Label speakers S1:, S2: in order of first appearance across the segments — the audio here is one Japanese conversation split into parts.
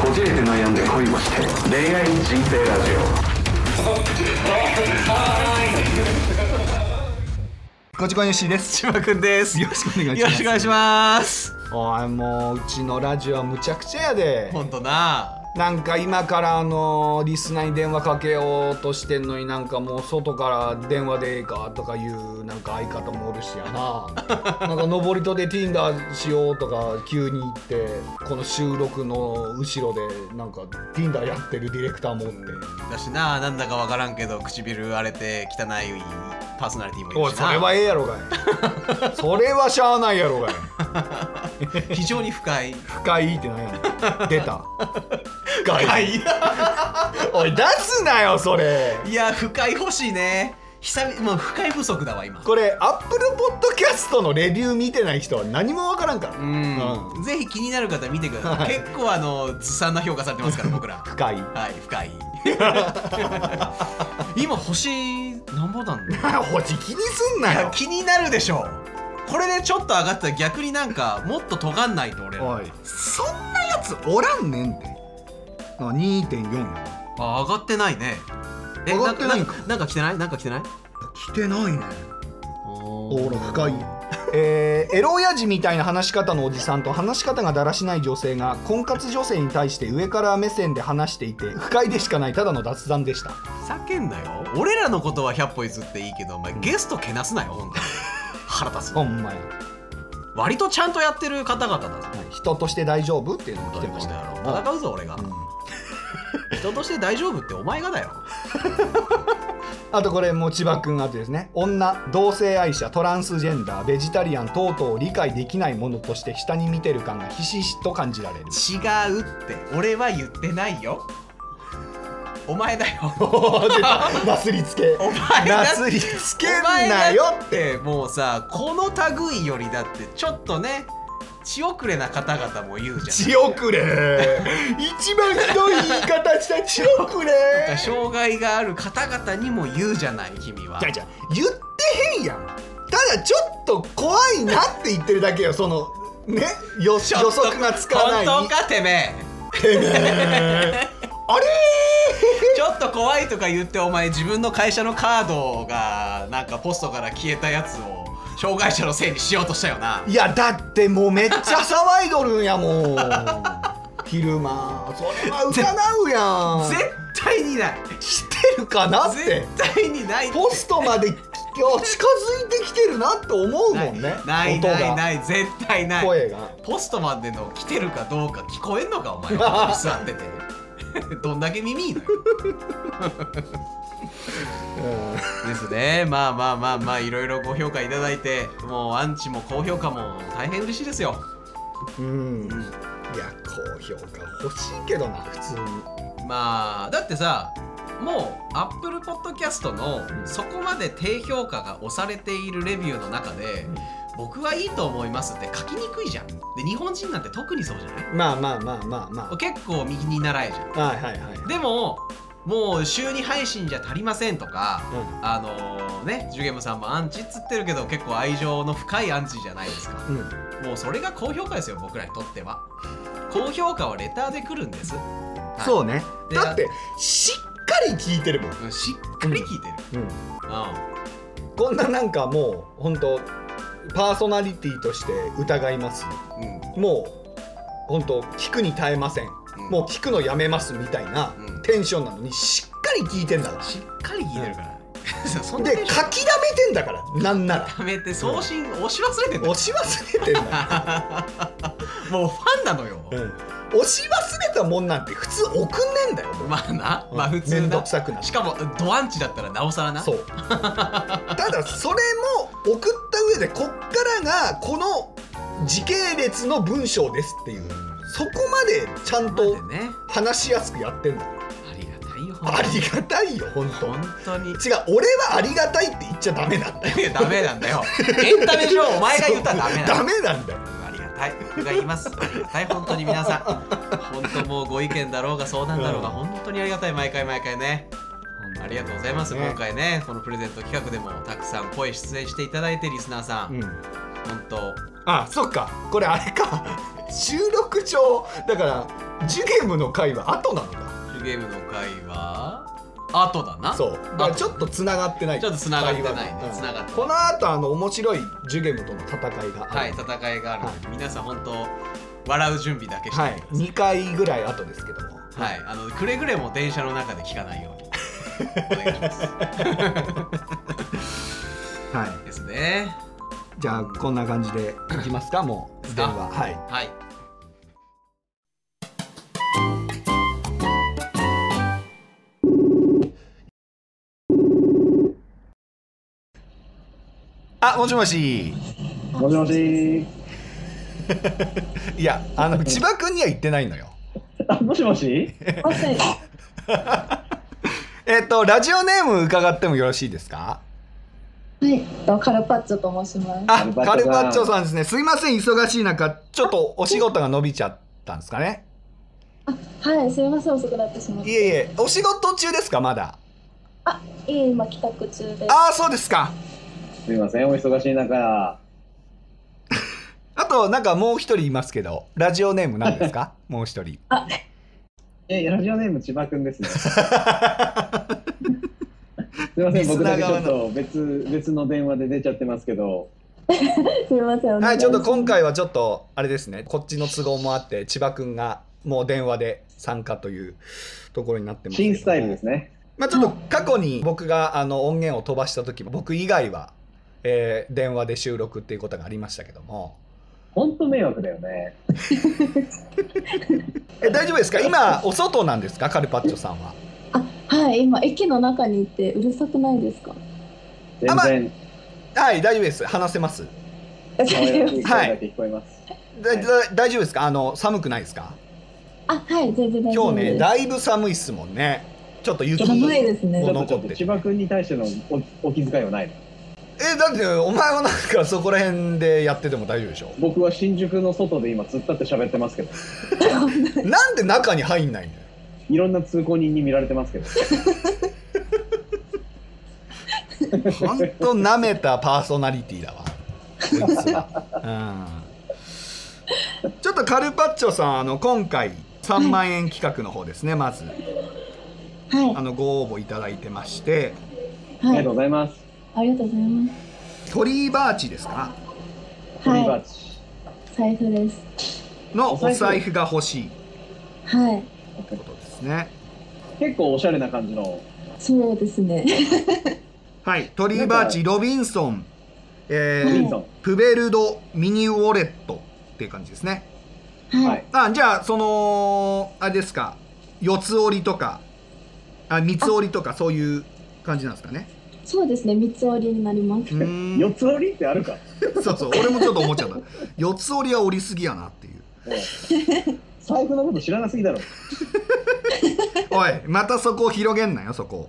S1: こじれて悩んで恋をして恋愛人生ラジ
S2: こちこよしです。
S3: 千葉くんです。
S2: よろしくお願いし
S3: よ
S2: ま
S3: ろ
S2: す。
S3: しくお願いします。
S2: おいもううちのラジオはむちゃくちゃやで。
S3: 本当な。
S2: なんか今からあのリスナーに電話かけようとしてんのになんかもう外から電話でええかとかいうなんか相方もおるしや ななんか登りとで Tinder しようとか急に言ってこの収録の後ろでなんか Tinder やってるディレクターもおって
S3: だしな、なんだかわからんけど、唇荒れて汚いパーソナリティもい
S2: お
S3: る
S2: い
S3: し
S2: そ
S3: な。
S2: れはええやろ がいそれはしゃあないやろがい
S3: 非常に不快。
S2: 深いってなんやね ん出た深
S3: はい。
S2: おい出すなよそれ
S3: いや、不快欲しいね。久々、もう不快不足だわ、今。
S2: これアップルポッドキャストのレビュー見てない人は何もわからんから
S3: うん、ぜひ気になる方見てください。結構あのずさんな評価されてますから、僕ら。
S2: 深い
S3: はい、深い。今星なんぼなんだ。
S2: 星気にすんない
S3: や
S2: よ
S3: 気になるでしょこれでちょっと上がったら逆になんかもっと尖んないと俺ら
S2: おいそんなやつおらんねんってあ2.4や
S3: あ上がってないねえ
S2: 上がってない
S3: んかなんかなんか来てないなんか来てない
S2: 来てないね
S3: お
S2: ほら深いえーエロ親父みたいな話し方のおじさんと話し方がだらしない女性が婚活女性に対して上から目線で話していて不快でしかないただの脱談でした
S3: 叫んだよ俺らのことは100歩譲っていいけどお前ゲストけなすなよほん とに腹立つ
S2: ほんまや
S3: 割とちゃんとやってる方々だぞ
S2: 人として大丈夫っていうのも来てましたよ
S3: 戦うぞ俺が、人として大丈夫ってお前が だよ
S2: あとこれも千葉君あとですね女同性愛者トランスジェンダーベジタリアン等々を理解できないものとして下に見てる感がひしひしと感じら れる
S3: 違うって俺は言ってないよお前だよ
S2: なすりつけ
S3: お前だ
S2: な
S3: って
S2: すりつけんなよ
S3: お前だってもうさこの類よりだってちょっとね血遅れな方々も言うじ
S2: 血遅れ一番ひどい言い方した血遅れ
S3: ゃんなんか障害がある方々にも言うじゃない君は
S2: じゃあじゃあ言ってへんやんただちょっと怖いなって言ってるだけよそのねよ予
S3: ちょっと
S2: 測がつかない
S3: 本当かてめえ
S2: あれ
S3: ちょっと怖いとか言ってお前自分の会社のカードがなんかポストから消えたやつを障害者のせいにしようとしたよない
S2: やだってもうめっちゃ騒いどるんや もん昼間それは疑うやん
S3: 絶対にない
S2: してるかなっ
S3: 絶
S2: て
S3: 対にない
S2: ポストまで今日近づいてきてるなって思うもんね
S3: ない
S2: 音が
S3: ないない絶対ない
S2: 声が
S3: ポストまでの来てるかどうか聞こえんのかお前は座ってて どんだけ耳いいのよですねまあまあまあまあいろいろご評価いただいてもうアンチも高評価も大変嬉しいですよ
S2: うん、いや高評価欲しいけどな普通に
S3: まあだってさもうアップルポッドキャストのそこまで低評価が押されているレビューの中で僕はいいと思いますって書きにくいじゃんで日本人なんて特にそうじゃない
S2: まあまあまあまあま
S3: 結構右に習えじゃん
S2: あはいはいはい
S3: でももう週2配信じゃ足りませんとか、
S2: う
S3: あのねジュゲムさんもアンチっつってるけど結構愛情の深いアンチじゃないですか
S2: うん
S3: もうそれが高評価ですよ僕らにとっては高評価はレターで来るんです、はい
S2: そうね
S3: で
S2: だってしっかり聞いてるもん、
S3: うんしっかり聞いてる、
S2: うん
S3: う
S2: こんななんかもう本当パーソナリティとして疑います
S3: んうん
S2: もう本当聞くに耐えませ
S3: う
S2: ん、
S3: ん
S2: もう聞くのやめますみたいな
S3: うん
S2: テンションなのにしっかり聞いてんだから
S3: しっかり聞いてるから、 そんな
S2: で
S3: テン
S2: 書
S3: ション
S2: きだめてんだからなんなら
S3: ためて送信押し忘れてんだよ
S2: 押し忘れてんだ か
S3: もうファンなのよ、
S2: ら、うん押し忘れたもんなんて普通送んねえんだよもう
S3: まあな、まあ
S2: うん
S3: 普通
S2: めんど
S3: な
S2: くさくなる
S3: しかもドアンチだったらなおさらな
S2: そう ただそれも送った上でこっからがこの時系列の文章ですっていうそこまでちゃん
S3: まで
S2: と
S3: ね
S2: 話しやすくやってんだから
S3: ありがたいよ
S2: ありがたいよ本当
S3: 本当に
S2: 違う俺はありがたいって言っちゃダメなんだよ
S3: いや ダメなんだよエンタメ上 お前が言ったらダメなんだ
S2: ダ
S3: よ
S2: メなんだよ
S3: ありがたい僕が言いますありがたい本当に皆さん本当もうご意見だろうが相談だろうが
S2: うん
S3: 本当にありがたい毎回毎回ねありがとうございます、
S2: ね
S3: 今回ねこのプレゼント企画でもたくさん声出演していただいてリスナーさん、
S2: うん
S3: 本当
S2: あそっかこれあれか収録上だからジュゲームの回は後なのか
S3: シュゲームの会は後だな
S2: そうだからちょっとつながってない
S3: ちょっと繋がってないね
S2: 会話が
S3: 繋がって
S2: この後あの面白いジュゲームとの戦いがあ
S3: はい
S2: る
S3: 戦いがある、んで皆さん本当笑う準備だけして
S2: はい
S3: おいてください
S2: 2回ぐらい後ですけども
S3: はい、あのくれぐれも電車の中で聞かないようにお願いし ます
S2: はい
S3: ですね
S2: じゃあこんな感じでいきますかもう電話はい
S3: はい
S2: あもしもし
S4: もしもし。
S2: いやあの千葉君には言ってないのよ
S4: あ、もしもし。
S5: もし、
S2: えっとラジオネーム伺ってもよろしいですか
S5: はい、とカルパッチョと申します。
S2: あカ
S4: カ
S2: ル
S4: ル
S2: パッ
S4: パッ
S2: チ
S4: チ
S2: ョ
S4: ョさん
S2: さんですねすいません忙しい中ちょっとお仕事が伸びちゃったんですかね
S5: はい、すみません遅くなってしまっ
S2: い
S5: て。
S2: えいえお仕事中ですかまだ
S5: いえ、今帰宅中です。
S2: ああそうですか
S4: すみません、お忙しい中。
S2: あとなんかもう一人いますけどラジオネームなんです かもう一人
S4: え、ラジオネーム千葉くんですね。すみません、僕だけちょっと別、別の電話で出ちゃってますけど。
S5: すみません。お
S2: は
S5: 願
S2: い
S5: い
S2: ち
S5: し
S2: ょっ
S5: ま
S2: と
S5: す
S2: 今回はちょっとあれですねこっちの都合もあって千葉君がもう電話で参加というところになってますけど
S4: 新スタイルですね。
S2: まあ、ちょっと過去に僕があの音源を飛ばした時僕以外は、えー電話で収録っていうことがありましたけども
S4: 本当迷惑だよね。
S2: え大丈夫ですか今お外なんですかカルパッチョさんは
S5: あ、はい、今駅の中にいてうるさくないですか。
S4: 全然。
S2: はい大丈夫です話せます
S4: 声
S5: あ、
S4: だけ聞こえます。
S2: だだ大丈夫ですかあの寒くないですか
S5: はい、全然大丈
S2: 今
S5: 夫
S2: 日ね
S5: です。
S2: だいぶ寒いっすもんねちょっと雪
S5: 寒いです
S4: ち
S5: ね。
S4: ょっとちょっと千葉くんに対してのおお気遣いはないの。
S2: えだってお前はなんかそこら辺でやってても大丈夫でし ょ
S4: 僕は新宿の外で今突っ立って喋ってますけど、
S2: なんで中に入んないのよ
S4: いろんな通行人に見られてますけど。
S2: ほんと舐めたパーソナリティだわ。こいつは。うん。ちょっとカルパッチョさん、あの今回3万円企画の方ですね、まず
S5: はい
S2: あ、のご応募いただいてまして、
S4: あり
S5: は
S4: がとう
S5: い、
S4: ございます。
S5: ありがとうございま
S2: 鳥居バーチですか
S5: す。
S4: トリバ
S5: は
S4: ーチ。
S5: い、財布です。
S2: の
S4: お
S2: お
S4: 財布
S2: 財布が欲しい
S5: はい、
S2: ということですね。
S4: 結構おしゃれな感じの。
S5: そうですね。
S2: はい、鳥居バーチ、ロビンソン、え
S4: ロビ
S2: ー
S4: ンソ
S2: プベルドミニウォレットっていう感じですね。
S4: ン。
S5: は
S4: はいい、。
S2: あじゃあそのあれですか四つ折りとかあ三つ折りとかそういう感じなんですかね
S5: そうですね。三つ折りになります
S2: う。ーん
S4: 四つ折りってあるか。
S2: そうそう俺もちょっと思っちゃった四つ折りは折りすぎやなっていう
S4: おい 財布のこと知らなすぎだろ。
S2: おいまたそこを広げんなよそこを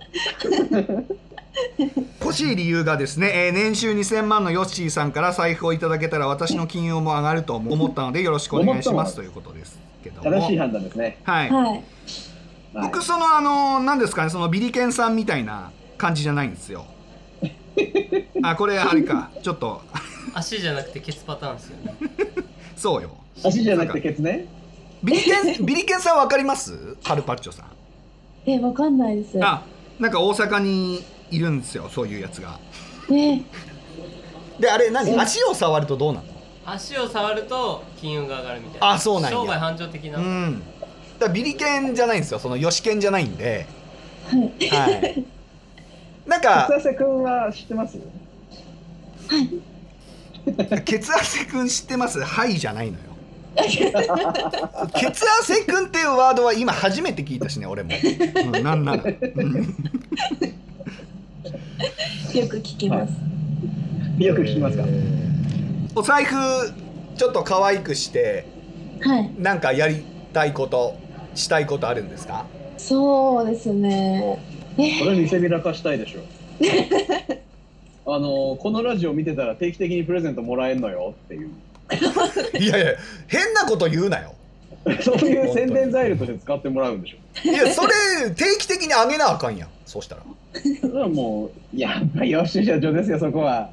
S2: 欲しい理由がですね、えー年収2000万のヨッシーさんから財布をいただけたら私の金融も上がると思ったのでよろしくお願いしますということですけども
S4: 正しい判断ですね。
S2: はい、
S5: はい、
S4: はい
S2: 僕そのあの何ですかねそのビリケンさんみたいな感じじゃないんです よあこれあれかちょっと
S6: 足じゃなくてケツパターンですよね。
S2: そうよ
S4: 足じゃなくてケツね。
S2: ビリケンビリケンさんわかりますカルパッチョさん
S5: え、わかんないです。
S2: あなんか大阪にいるんですよそういうやつが
S5: ね、
S2: であれ何足を触るとどうなの
S6: 足を触ると金運が上がるみたいな。
S2: あそうなんや
S6: 商売繁盛的な。
S2: うんだからビリケンじゃないんですよそのヨシケンじゃないんで
S5: はい、
S2: はいなん
S4: つ
S2: か
S4: やせくんは知ってます
S2: ケツ汗くん知ってますはいじゃないのよ ケツ汗くんっていうワードは今初めて聞いたしね俺も、うんなんなら、うん
S5: よく聞きます。
S4: よく聞きますか。
S2: お財布ちょっと可愛くして
S5: はい、
S2: なんかやりたいことしたいことあるんですか
S5: そうですね。
S4: それ見せびらかしたい でしょ。あのこのラジオ見てたら定期的にプレゼントもらえんのよっていう
S2: いやいや変なこと言うなよ
S4: そういう宣伝材料として使ってもらうんでしょ
S2: いやそれ定期的にあげなあかんやんそうしたら
S4: それはもうやっぱよし社長ですよそこは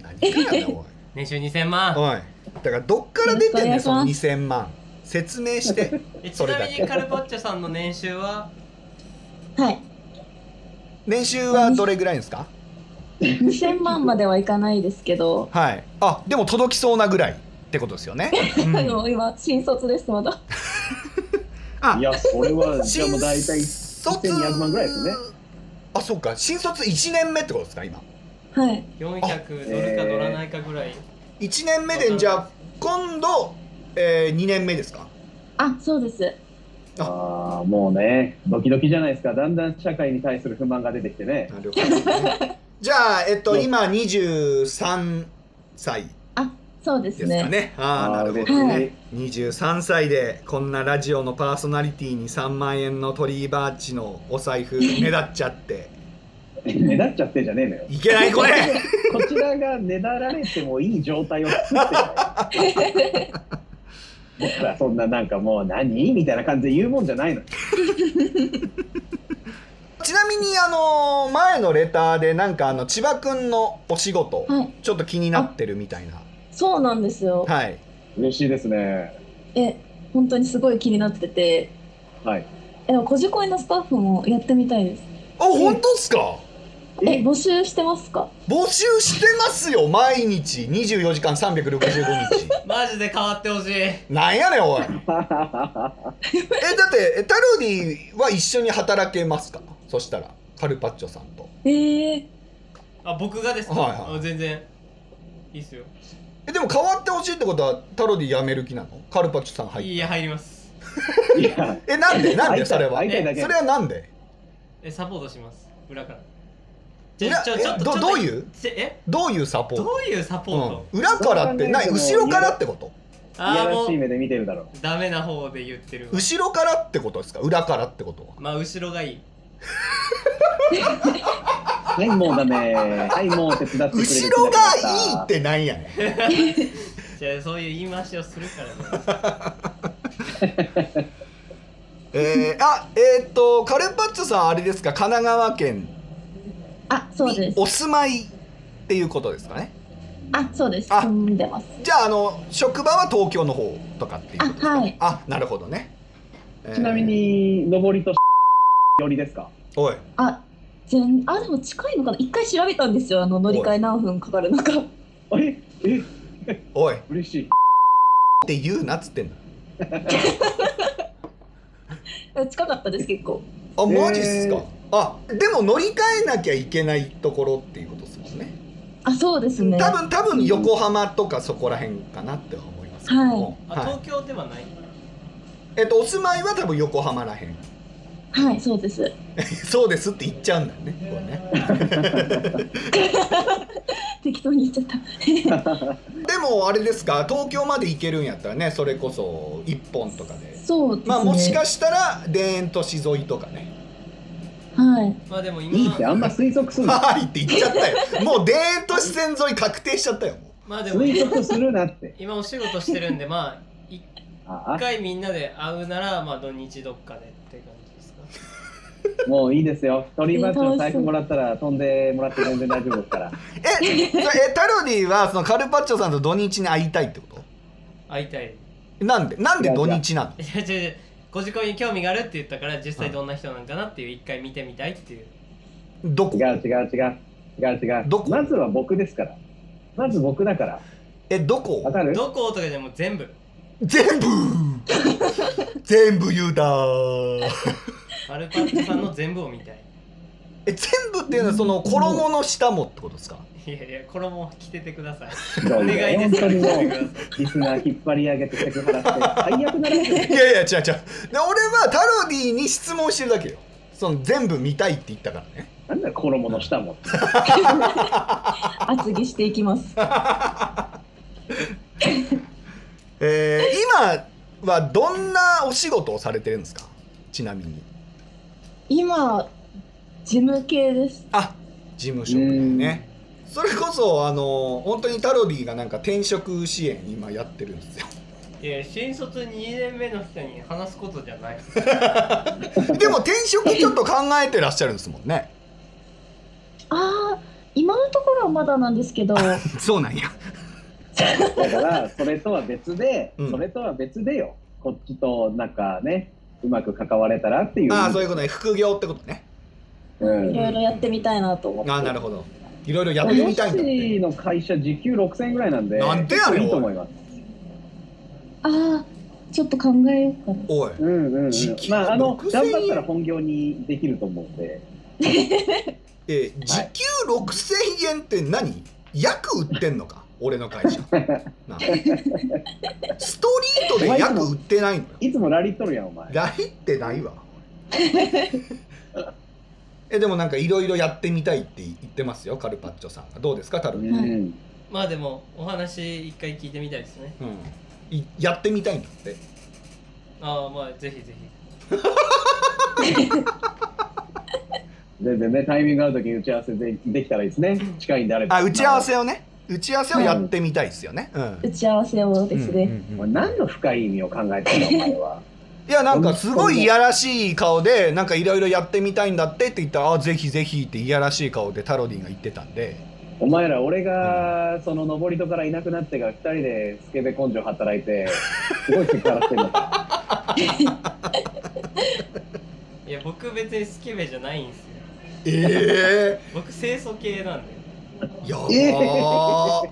S2: 何言ってんだよおい
S6: 年収2000万。
S2: おいだからどっから出てん
S5: お
S2: ね
S5: 願
S2: ん
S5: いし
S2: その
S5: ます
S2: 2000万説明して
S6: えち
S2: それ
S6: な
S2: だ
S6: み
S2: け
S6: にカルパッチョさんの年収は
S5: はい
S2: 年収はどれぐらいですか
S5: 2000万まではいかないですけど、
S2: はいあでも届きそうなぐらいってことですよ ね、う
S5: あ
S2: ん、
S5: の今新卒ですまだ
S2: あ
S4: いや、それは、じゃあもう大体
S2: 新卒
S4: 1200万ぐらいですね。
S2: あそうか新卒1年目ってことですか今
S5: はい
S6: 400乗るか乗らないかぐらい、
S2: 1年目でじゃあ今度、え2年目ですか
S5: あそうです
S4: ああ、もうね、ドキドキじゃないですか。だんだん社会に対する不満が出てきてね。
S2: なるほど、ね、じゃあえっ と今23歳
S5: あそうです
S2: ですか
S5: ね
S2: ね。ああ、な
S4: あー
S2: るほど
S5: は
S2: ね
S4: い。
S2: 二十三歳でこんなラジオのパーソナリティに三万円のトリーバーチのお財布目立っちゃって。
S4: ねだっちゃってじゃねえのよ。
S2: いけないこれ。
S4: こちらがねだられてもいい状態を作ってない。僕はそんななんかもう何みたいな感じで言うもんじゃないの。
S2: ちなみにあの前のレターでなんかあの千葉くんのお仕事
S5: はい
S2: ちょっと気になってるみたいな。
S5: そうなんですよ
S2: はい。
S4: 嬉しいですね。
S5: え本当にすごい気になってて
S4: はい。
S5: えでもこじこいのスタッフもやってみたいです
S2: あ本当っすか。
S5: え募集してますか
S2: 募集してますよ毎日24時間365日
S6: マジで変わってほしい
S2: なんやねんおいえだってえタロディは一緒に働けますかそしたらカルパッチョさんと
S5: ええ
S6: あ僕がですか、
S2: はいはい
S6: あ全然いいっすよ、
S2: えでも変わってほしいってことはタロディ辞める気なのカルパッチョさん入
S6: い、
S2: っ
S6: いや入ります
S4: いや、
S2: えなんでなんでそれは
S4: 会いたいだけ
S2: それはなんで
S6: えサポートします裏から
S2: いやえどどういう
S6: ちょえ
S2: どういうサポー
S6: ど
S2: ト
S6: ういうサポート、
S2: うん、裏からってない
S4: それ
S2: 後
S4: はね
S2: ろからってこと
S4: いや
S6: ああ
S4: ら
S6: も
S4: しいう目で見てるだろ。
S6: ダメな方で言ってるわ
S2: 後ろからってことですか裏からってことは
S6: まあ後ろがいいう
S4: はい、もうダメ。はい、もう手伝ってくれる
S2: 後ろがいいってなんやねん
S6: じゃあそういう言い回しをす るからね
S2: えー、あえーっとカルパッチョさんあれですか神奈川県
S5: あそう
S2: に
S5: です
S2: お住まいっていうことですかね
S5: あそうです
S2: あ
S5: 住んでます
S2: じゃああの職場は東京の方とかっていうことですか、ね、
S5: あはい
S2: あなるほどね、えー
S4: ちなみに、上りと寄りですか
S2: おい
S5: あ全あでも近いのかな一回調べたんですよあの乗り換え何分かかるのか
S4: あれえ、
S2: おいっ
S4: 嬉しい。
S2: て言うなっつってんの
S5: 近かったです結構
S2: あマジっすか、
S4: えー
S2: あでも乗り換えなきゃいけないところっていうことですもんね
S5: あそうですね
S2: 多分多分横浜とかそこら辺かなっては思いますけども、
S6: あ、
S2: はい
S6: 東京ではない
S2: えっとお住まいは多分横浜ら辺
S5: はいそうです
S2: そうですって言っちゃうんだよねこれね
S5: 適当に言っちゃった
S2: でもあれですか東京まで行けるんやったらねそれこそ一本とかで
S5: そうですね
S2: まあもしかしたら田園都市沿いとかね
S5: はい
S6: まあでも
S4: いい
S6: 今
S4: ってあんま推測
S2: 「
S4: するな。
S2: はい」って言っちゃったよもう田園都市線沿い確定しちゃったよも
S6: まあでも
S4: 推測するなって。
S6: 今お仕事してるんでまあ一
S4: あ
S6: 回みんなで会うならまあ土日どっかでって感じですか
S4: あ、もういいですよ。トリーバッチの財布もらったら飛んでもらって全然大丈夫ですから。
S2: うえそれえタロディはそのカルパッチョさんと土日に会いたいってこ
S6: 会いたい
S2: となんでなんで土日なの
S6: いや違う違うご自己に興味があるって言ったから実際どんな人なんかなっていう一回見てみたいっていう
S2: ど
S4: 違
S2: こ
S4: う違う違う。違う違う。
S2: どこ
S4: まずは僕ですから。まず僕だから。
S2: えど
S4: わ
S2: こ
S4: かる
S6: どことかでも全部
S2: 全部全部言うだ
S6: アルパッチョさんの全部を見たい
S2: え全部っていうのはその衣の下もってことですか
S6: いやいや衣を着ててください
S4: ひど
S6: お
S4: い
S6: 願い
S4: ね
S6: で
S4: 本
S6: す
S4: 当
S6: から
S4: にもう
S6: 着てください
S4: リスナー引っ張り上げてセクハラして最悪なレベル
S2: いやいや違う違うで俺はタロディに質問してるだけよその全部見たいって言ったからね
S4: なんだよ衣の下もって
S5: 厚着していきます
S2: えー、今はどんなお仕事をされてるんですかちなみに
S5: 今事務系です
S2: あ事務職ねそれこそあの本当にタロディがなんか転職支援今やってるんですよ
S6: いや新卒2年目の人に話すことじゃない
S2: でも転職ちょっと考えてらっしゃるんですもんね
S5: あー今のところはまだなんですけど
S2: そうなんや
S4: だからそれとは別で、
S2: うん
S4: それとは別でよこっちとなんかねうまく関われたらっていう
S2: ああそういうことね副業ってことね
S4: うん
S5: いろいろやってみたいなと思って。
S2: ああなるほどいろいろや
S4: ヨ
S2: ってみたいんだっ
S4: ッシ
S2: て
S4: ーの会社時給6000円ぐらいなんで
S2: なんでやねん
S4: いいと思います
S5: ああ、ちょっと考えようかな。
S2: おい
S4: うんうんうん
S2: 時給
S4: まああの
S2: 6000
S4: 頑張ったら本業にできると思うんで
S2: えー時給6000円って何役売ってんのか俺の 会社なあストリートで役売ってないのよ
S4: いつもラリっとるやんお前
S2: ライってない わえでもなんかいろいろやってみたいって言ってますよカルパッチョさんがどうですかタ
S4: う
S2: ル、うん
S4: ん
S6: まあでもお話一回聞いてみたいですね
S2: いやってみたいんだって
S6: ああまあぜひぜ
S4: 全然ねタイミング合う時に打ち合わせでできたらいいですね近いんであれば
S2: あ打ち合わせをね打ち合わせをやってみたいですよね、うん
S5: 打ち合わせをです
S2: うん
S5: ね。
S2: うん
S4: お
S2: う
S4: 前
S2: ん
S4: 何の深い意味を考えてるのお前 は
S2: いやなんかすごいいやらしい顔でなんかいろいろやってみたいんだってって言ったら「あぜひぜひ」っていやらしい顔でタロディンが言ってたんで
S4: お前ら俺がその登り戸からいなくなってから2人でスケベ根性働いてすごい結果出し てんのか
S6: ひいや僕別にスケベじゃないんですよ
S2: え
S6: 僕清楚系なんで
S2: え やば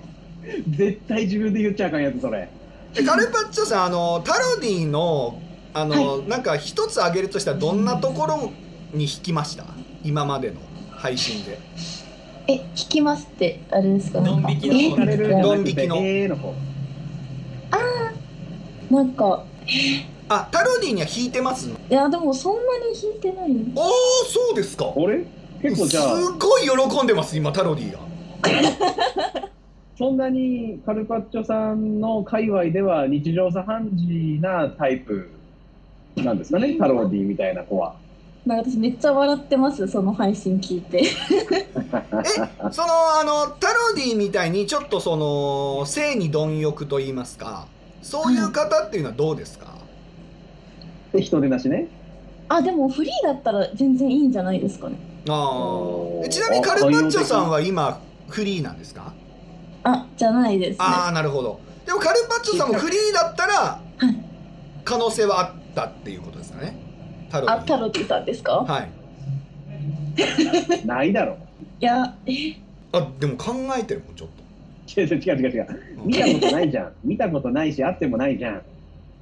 S2: ー
S4: 絶対自分で言っちゃあかんやつそれ
S2: えカルパッチョさんあのタロディのあの、なんか一つ挙げるとしたらどんなところに引きました今までの配信で
S5: え、聞きますって、あれですかなんか。
S6: ドン引きの
S5: え
S4: 聞かれる
S2: ドン引きの
S4: ええの方
S5: なんか、
S2: あタロディには引いてます
S5: いや、でもそんなに弾いてない。
S2: おおそうですか
S4: 俺結構じゃあ
S2: すごい喜んでます今タロディが
S4: そんなにカルパッチョさんの界隈では日常茶飯事なタイプなんですかね、タローディみたいな子は。
S5: なんか私めっちゃ笑ってます、その配信聞いて。
S2: えそのあのタロディみたいにちょっとその性に貪欲と言いますかそういう方っていうのはどうですか、
S4: で人出なし ね。
S5: あ、でもフリーだったら全然いいんじゃないですかね。
S2: ああちなみにカルパッチョさんは今フリーなんですか
S5: あ、じゃないですね。
S2: ああなるほどでもカルパッチョさんもフリーだったら
S5: はい
S2: 可能性はあったっていうことですかねタロ
S5: あ、
S2: デ
S5: タ
S2: ィ
S5: ロティさんですか
S2: はい
S4: ないだろ
S5: いや、え、
S2: あでも考えてるもんちょっと
S4: 違う違う違う違う。
S2: うん
S4: 見たことないじゃん。見たことないし、会ってもないじゃん。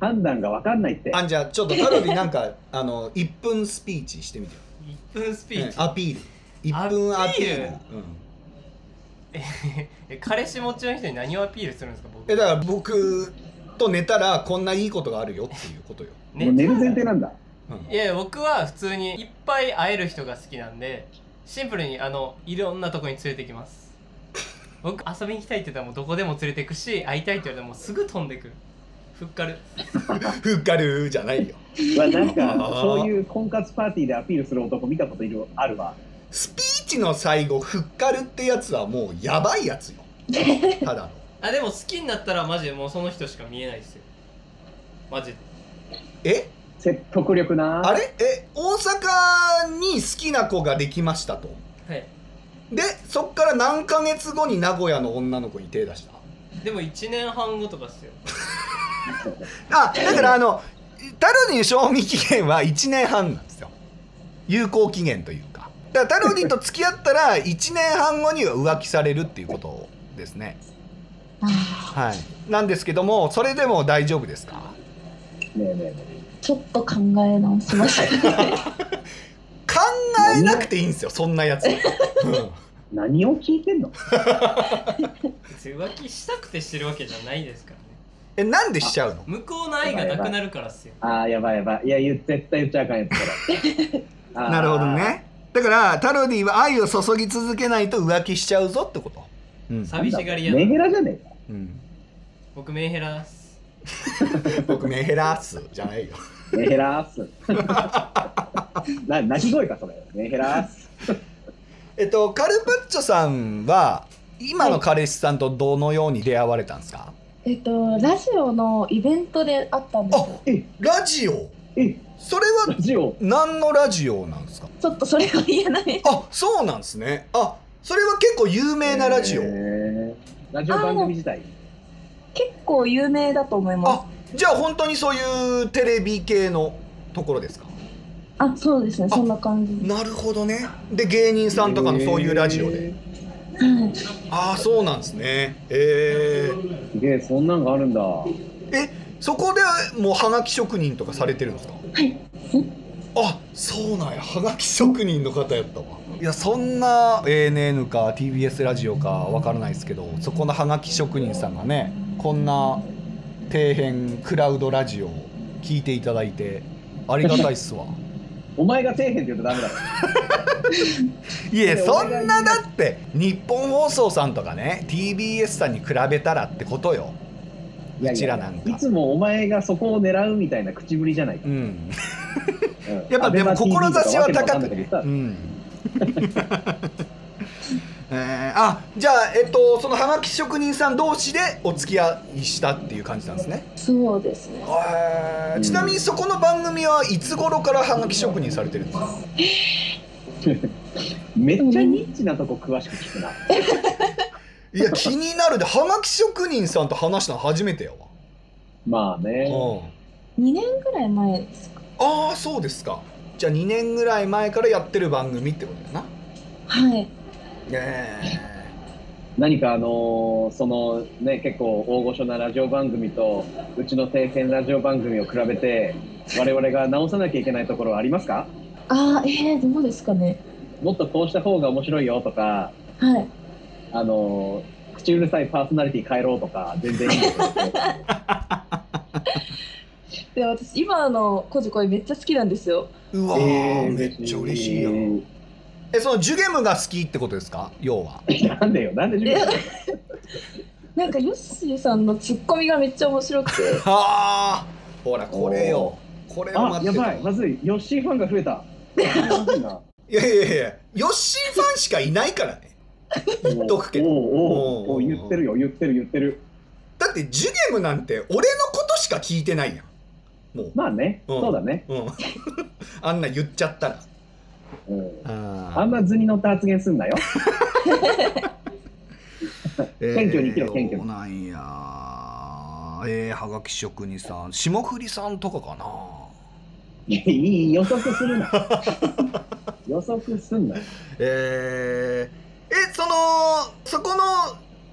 S4: 判断がわかんないって。
S2: あじゃあちょっとタロディなんかあの1分スピーチしてみてよ
S6: 1分スピー
S2: うん
S6: チ、
S2: アピール1分ア
S6: ア
S2: ピ
S6: ピ
S2: ー
S6: ー
S2: ル
S6: ル
S2: うん
S6: え彼氏持ちの人に何をアピールするんですか僕
S2: えだから僕と寝たらこんないいことがあるよっていうことよ、
S6: ね
S4: もう寝る前提なんだ。
S2: うん
S6: いやいや僕は普通にいっぱい会える人が好きなんでシンプルにあのいろんなとこに連れてきます僕遊びに行きたいって言ったらもうどこでも連れてくし会いたいって言われたらもうすぐ飛んでくるふっかる
S2: ふっかるじゃないよ
S4: うわなんか
S2: あー
S4: そういう婚活パーティーでアピールする男見たこといるあるわ。
S2: スピーチの最後ふっかるってやつはもうやばいやつよただの
S6: あでも好きになったらマジでもうその人しか見えないですよマジで
S2: え
S4: 説得力な。
S2: あれえ大阪に好きな子ができましたと
S6: はい
S2: でそっから何ヶ月後に名古屋の女の子に手出した
S6: でも1年半後とかっすよ
S2: あだからあのタロディの賞味期限は1年半なんですよ有効期限というかだからタロディと付き合ったら1年半後には浮気されるっていうことですね
S5: あ
S2: はいなんですけどもそれでも大丈夫ですか
S4: ねえねえね
S5: ーちょっと考え直しました。
S2: 考えなくていいんですよそんなやつ、うん
S4: え何を聞いてんの
S6: 別に浮気したくてしてるわけじゃないですからね
S2: えなんでしちゃうの
S6: 向こうの愛がなくなるからっすよ
S4: ああ、やばいやばい。いや、言う絶対言っちゃあかんやつそ れ。
S2: なるほど。ねだからタロディは愛を注ぎ続けないと浮気しちゃうぞってことうん、
S6: 寂しがり屋
S4: メ
S6: の
S4: ヘラじゃねえか。
S2: うん、
S6: 僕メンヘラっす
S2: 僕メヘラースじゃないよ
S4: メヘラーっす。 な、鳴き声か、それ。メヘラーっす。
S2: えっと、カルパッチョさんは今の彼氏さんとどのように出会われたんですか、
S5: えっと、ラジオのイベントで会ったんですよ。
S4: え、
S2: ラジオ
S4: え、
S2: それ
S4: ラ
S2: は
S4: ジオ。
S2: 何のラジオなんですか
S5: ちょっとそれは言えない。
S2: あそうなんですねあそれは結構有名なラジオ、
S4: えーラジオ番組自体。
S5: 結構有名だと思います
S2: あじゃあ本当にそういうテレビ系のところですか
S5: あそうですねそんな感じ
S2: なるほどねで芸人さんとかのそういうラジオで
S5: はい
S2: ああそうなんですねえー、
S4: すげえそんなんがあるんだ
S2: えそこでもうはがき職人とかされてるんですか
S5: はい
S2: あそうなんやはがき職人の方やったわいやそんな ANN か TBS ラジオかわからないですけどそこのはがき職人さんがねこんな底辺クラウドラジオを聞いていただいてありがたいっす わ
S4: お前が底辺って言うとダメだ
S2: いやそんなだって日本放送さんとかね TBS さんに比べたらってことよ
S4: いや
S2: うちらなんか
S4: いつもお前がそこを狙うみたいな口ぶりじゃないか
S2: う、ん
S4: うん
S2: やっぱでも
S4: ABEMA TV
S2: 志は
S4: とかわけ
S2: 高
S4: わか
S2: く
S4: んない
S2: ね
S4: こと言
S2: う
S4: って
S2: ん えーあじゃあ、えっと、そのはがき職人さん同士でお付き合いしたっていう感じなんですね、
S5: そうですね
S2: えーちなみにそこの番組はいつ頃からはがき職人されてるんですか
S4: ためっちゃニッチなとこ詳しく聞くない
S2: や気になるではがき職人さんと話したの初めてやわ、
S4: まあね
S2: うん
S5: 2年ぐらい前ですか
S2: ああそうですかじゃあ2年ぐらい前からやってる番組ってことだな
S5: はい
S2: え
S4: 何かあのーそのね結構大御所なラジオ番組とうちの底辺ラジオ番組を比べて我々が直さなきゃいけないところはありますか
S5: あーえー、どうですかね
S4: もっとこうした方が面白いよとか
S5: はい
S4: あのー口うるさいパーソナリティ変えろとか全然いいんで すけど
S5: で私今のこじこいめっちゃ好きなんですよ
S2: うわー、めっちゃ嬉しいやん
S4: ん
S2: えそのジュゲムが好きってことですか要は
S4: なんでよなんで自分
S5: なんかヨッシーさんのツッコミがめっちゃ面白くて
S2: はあほらこれよこれを
S4: あ
S2: 待
S4: や
S2: ってた
S4: ばいまずいヨッシーファンが増えたまずいない
S2: やいやいやヨッシーファンしかいないからね 言っとくけど
S4: おうおうおうおう言ってるよ言ってる言ってる
S2: だってジュゲムなんて俺のことしか聞いてないやんもう、
S4: まあね
S2: うん
S4: そうだね
S2: うんあんな言っちゃったら
S4: うんあ
S2: あ
S4: んま図に乗った発言すんなよ
S2: 謙
S4: 虚に生きろ謙虚に
S2: なんやえー、はがき職人さん霜降りさんとかかない
S4: やいい予測す るな予測すんな
S2: えー、えそのそこの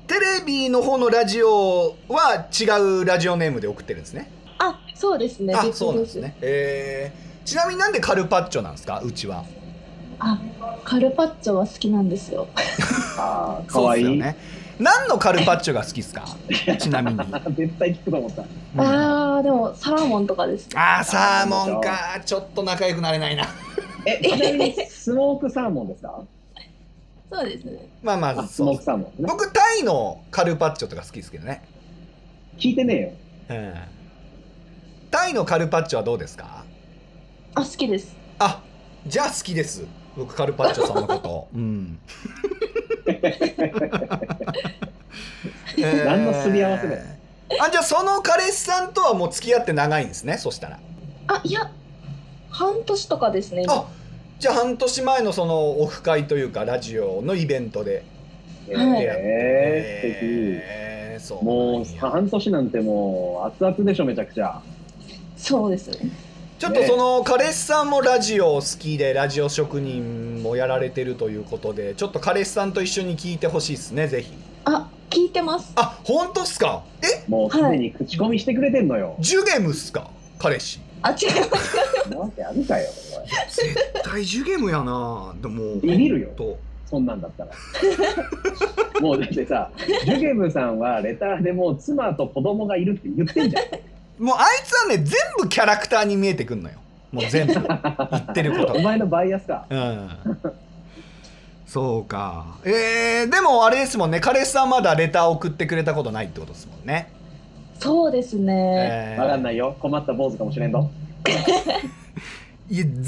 S2: テレビの方のラジオは違うラジオネームで送ってるんですね
S5: あそうですね
S2: あ
S5: 別
S2: そうなんですねえー、ちなみになんでカルパッチョなんですかうちは
S5: あカルパッチョは好きなんですよ
S4: あーかわい
S2: そうっす
S4: い、
S2: よね何のカルパッチョが好き ですかちなみに、うん
S4: 絶対聞くと思った
S2: あ
S5: あーでもサーモンとかです
S2: ーサーモンかちょっと仲良くなれないな
S4: えちなみにスモークサーモンですか
S5: そうですね
S2: まあま
S4: あ
S2: あ
S4: ス
S2: そ
S4: モー
S2: う
S4: クサーモンですね
S2: 僕タイのカルパッチョとか好きですけどね、
S4: 聞いてねえよ
S2: うん、タイのカルパッチョはどうですか
S5: あ好きです
S2: あじゃあ好きです僕カルパッチョさんのこと うん、
S4: 何のすり合わせだよ
S2: あじゃあその彼氏さんとはもう付き合って長いんですねそしたら
S5: あいや半年とかですね今
S2: あじゃあ半年前のそのオフ会というかラジオのイベントで
S4: え
S5: はい
S4: え
S2: えー、そ
S4: ー、素敵もう
S2: なんや
S4: 半年なんてもう熱々でしょめちゃくちゃ
S5: そうですね
S2: ちょっとその彼氏さんもラジオ好きでラジオ職人もやられてるということでちょっと彼氏さんと一緒に聞いてほしいですねぜひ
S5: あ聞いてます
S2: あ本当っすかえ
S4: もうすでに口コミしてくれてんのよ、
S2: ジュゲムっすか彼氏
S5: あ違います
S4: なわけあるかよおい
S2: 絶対ジュゲムやなでも
S4: ビビるよ
S2: と
S4: そんなんだったらもうだってさジュゲムさんはレターでもう妻と子供がいるって言ってんじゃん
S2: もうあいつはね全部キャラクターに見えてくんのよもう全 部言 ってること
S4: お
S2: が
S4: 前のバイアスか
S2: うんそうかえー、でもあれですもんね彼氏さんまだレター送ってくれたことないってことですもんね、
S5: そうですね、
S2: えー
S4: わかんないよ困った坊主かもしれんぞ
S2: いや全員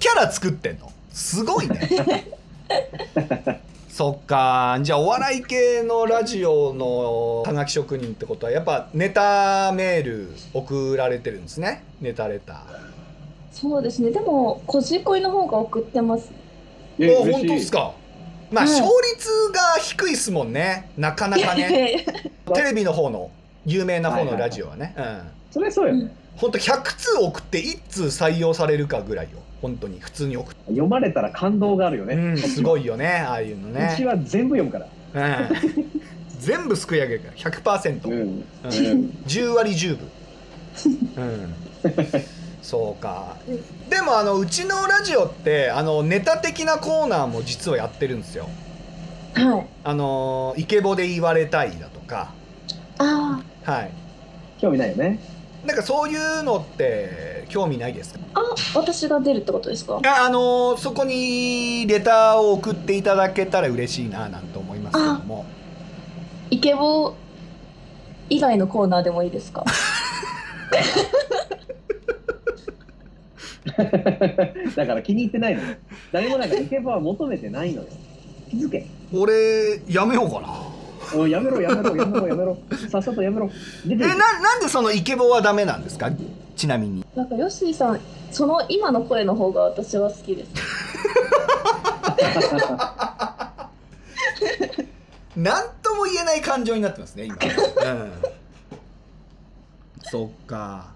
S2: キャラ作ってんのすごいね そっかじゃあお笑い系のラジオのはがき職人ってことはやっぱネタメール送られてるんですねネタレタ
S5: そうですねでもこじこいの方が送ってます
S2: ーお本当っすかまあ
S5: はい
S2: 勝率が低いっすもんねなかなかねテレビの方の有名な方のラジオはね、うん
S4: それそうよ、ね
S2: ほんと100通送って1通採用されるかぐらいよ本当に普通に送って、
S4: 読まれたら感動があるよね、
S2: うん、すごい
S4: い
S2: よねああいうの
S4: うち
S2: ね、
S4: は全部読むから
S2: うん、全部すくい上げるから100%、
S4: うん
S2: うん、10割10分うんそうかでもあのうちのラジオってあのネタ的なコーナーも実はやってるんですよ
S5: はい。
S2: あのイケボで言われたいだとか
S5: あ
S2: はい
S4: 興味ないよね
S2: なんかそういうのって興味ないですか
S5: あ、あ、私が出るってことですか。
S2: ああのそこにレターを送っていただけたら嬉しいななんて思いますけども
S5: イケボ以外のコーナーでもいいで すか。
S4: だから気に入ってないのよ誰もなんかイケボは求めてないのよ気づけ
S2: 俺やめようかな
S4: おいやめろやめろやめろやめろさっさとやめろ出て
S2: えな
S4: 行け
S2: なんでそのイケボはダメなんですかちなみに
S5: なんかヨッシーさん、その今の声の方が私は好きです。
S2: 何とも言えない感情になってますね今、うん、そっか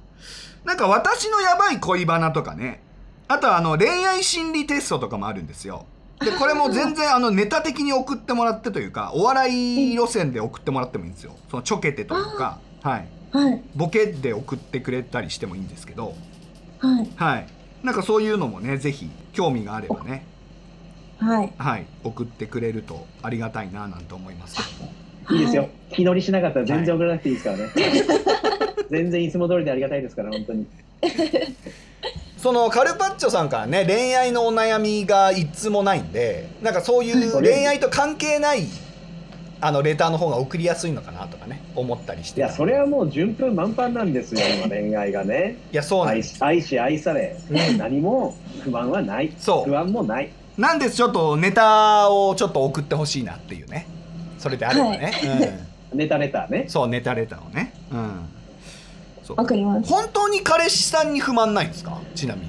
S2: なんか私のやばい恋バナとかねあとはあの恋愛心理テストとかもあるんですよでこれも全然あのネタ的に送ってもらってというかお笑い路線で送ってもらってもいいんですよそのちょけてというか、はい、
S5: はい。
S2: ボケで送ってくれたりしてもいいんですけど
S5: はい。
S2: はいなんかそういうのもねぜひ興味があればね
S5: はい。
S2: はい送ってくれるとありがたいななんて思いますけども
S4: いいです
S5: は
S4: よ。気乗りしなかったら全然送らなくていいですからね。全然いつも通りでありがたいですから、本当に。
S2: そのカルパッチョさんからね恋愛のお悩みが一通もないんでなんかそういう
S4: はい
S2: 恋愛と関係ないあのレターの方が送りやすいのかなとかね思ったりし
S4: い
S2: てい
S4: や、それはもう順風満帆なんですよ、今恋愛がね。
S2: いやそうなん
S4: 愛
S2: で
S4: し
S2: す
S4: 愛し愛され、何も不満はない。
S2: そう
S4: 不安もない。
S2: なんですちょっとネタをちょっと送ってほしいなっていうねそれであればね、
S4: ネタレターね
S2: うん、。そうネタレターをねうんそう
S5: わかります。
S2: 本当に彼氏さんに不満ないんですかちなみ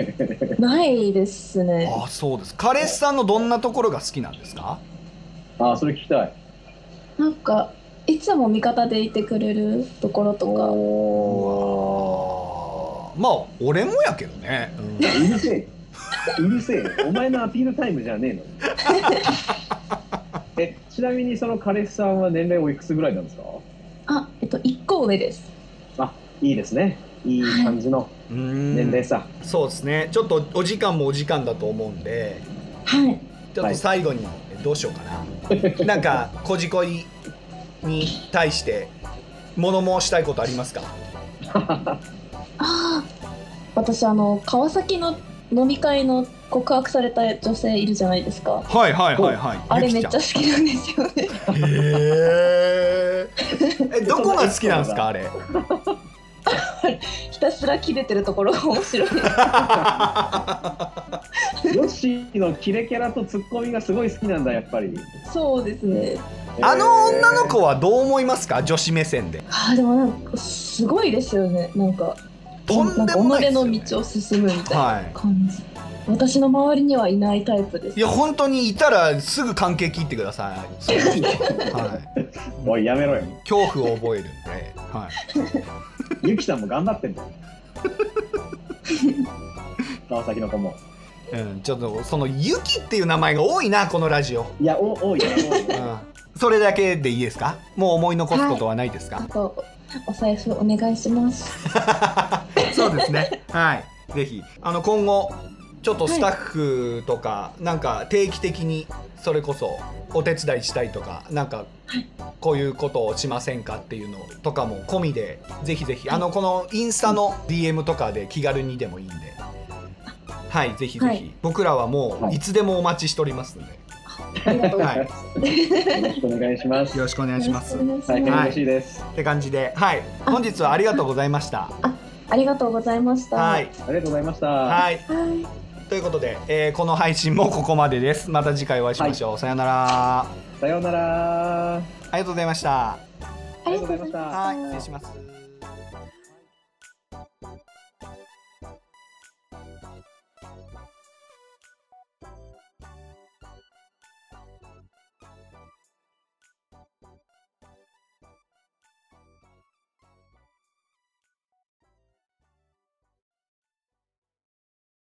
S2: に
S5: ないですね。
S2: ああそうです彼氏さんのどんなところが好きなんですか
S4: ああ、それ聞きたい。
S5: なんか、いつも味方でいてくれるところとか。
S2: おまあ俺もやけどね、うん
S4: うるせえ。うるせえ。お前のアピールタイムじゃねえの。 え、ちなみにその彼氏さんは年齢おいくつぐらいなんですか
S5: あ、えっと、一個上です。
S4: あ、いいですね。いい感じの年齢差。
S2: そうですねちょっとお時間もお時間だと思うんで
S5: はい。
S2: ちょっと最後にどうしようかな、な んかこじこいに対して物申したいことありますか
S5: ああ。私、あの、川崎の飲み会の告白された女性いるじゃないですか。
S2: はいはい
S4: はい
S2: はい
S5: あれめっちゃ好きなんですよね。
S2: へー えどこが好きなんですかあれ
S5: ひたすら切れてるところが面 白い。
S4: ヨッシーのキレキャラとツッコミがすごい好きなんだやっぱり
S5: そうですね。
S2: あの女の子はどう思いますか女子目線で
S5: あーでもなんかすごいですよねなんか
S2: とんでもないですよね
S5: 己の道を進むみたいな
S2: はい
S5: 感じ、私の周りにはいないタイプです
S2: いや本当にいたらすぐ関係切ってくださいそういう人ははい
S4: おいやめろよ
S2: 恐怖を覚えるんで、はい、
S4: ユキさんも頑張ってんだよ川崎の子も
S2: うん、ちょっとその「ゆき」っていう名前が多いなこのラジオ、
S4: いやお多いよ多いよ
S2: うん、それだけでいいですかもう思い残すことはないですか、
S5: あとお財布お願いします
S2: そうですね。はい。ぜひあの今後ちょっとスタッフとか、なんか定期的にそれこそお手伝いしたいとかなんかこういうことをしませんかっていうのとかも込みでぜひぜひあのこのインスタの DM とかで気軽にでもいいんで。はい、ぜひぜひ、
S5: はい
S2: 僕らはも
S4: は
S2: う
S4: い
S2: いつでもお待ちしておりますので、
S5: ありがとうござ
S2: はいい、
S4: よろしくお願いしま
S2: よ
S4: す
S2: ろしくお願い
S5: ま
S2: し
S5: す、
S2: ます。
S5: よろしくお
S4: 大
S5: 願い
S4: 変嬉
S5: します
S4: しいです、
S2: って感じで、はい、本日はありがとうございました。
S5: ありがとうございました
S2: はい、
S4: ありがとうございました
S2: はい、
S5: はい
S2: ということで、えーこの配信もここまでです。また次回お会いしましょう。さようなら。あ
S4: さようならあ
S2: りがとうございました。
S5: ありがとうございました
S2: はい、失礼します。